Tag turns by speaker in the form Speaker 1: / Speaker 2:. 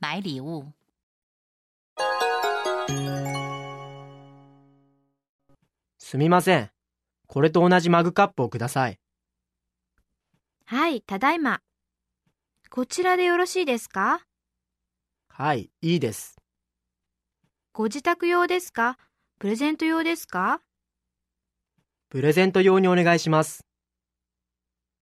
Speaker 1: 买礼物。
Speaker 2: すみません。これと同じマグカップをください。
Speaker 3: はい、ただいま。こちらでよろしいですか
Speaker 2: はい、いいです。
Speaker 3: ご自宅用ですかプレゼント用ですか
Speaker 2: プレゼント用にお願いします。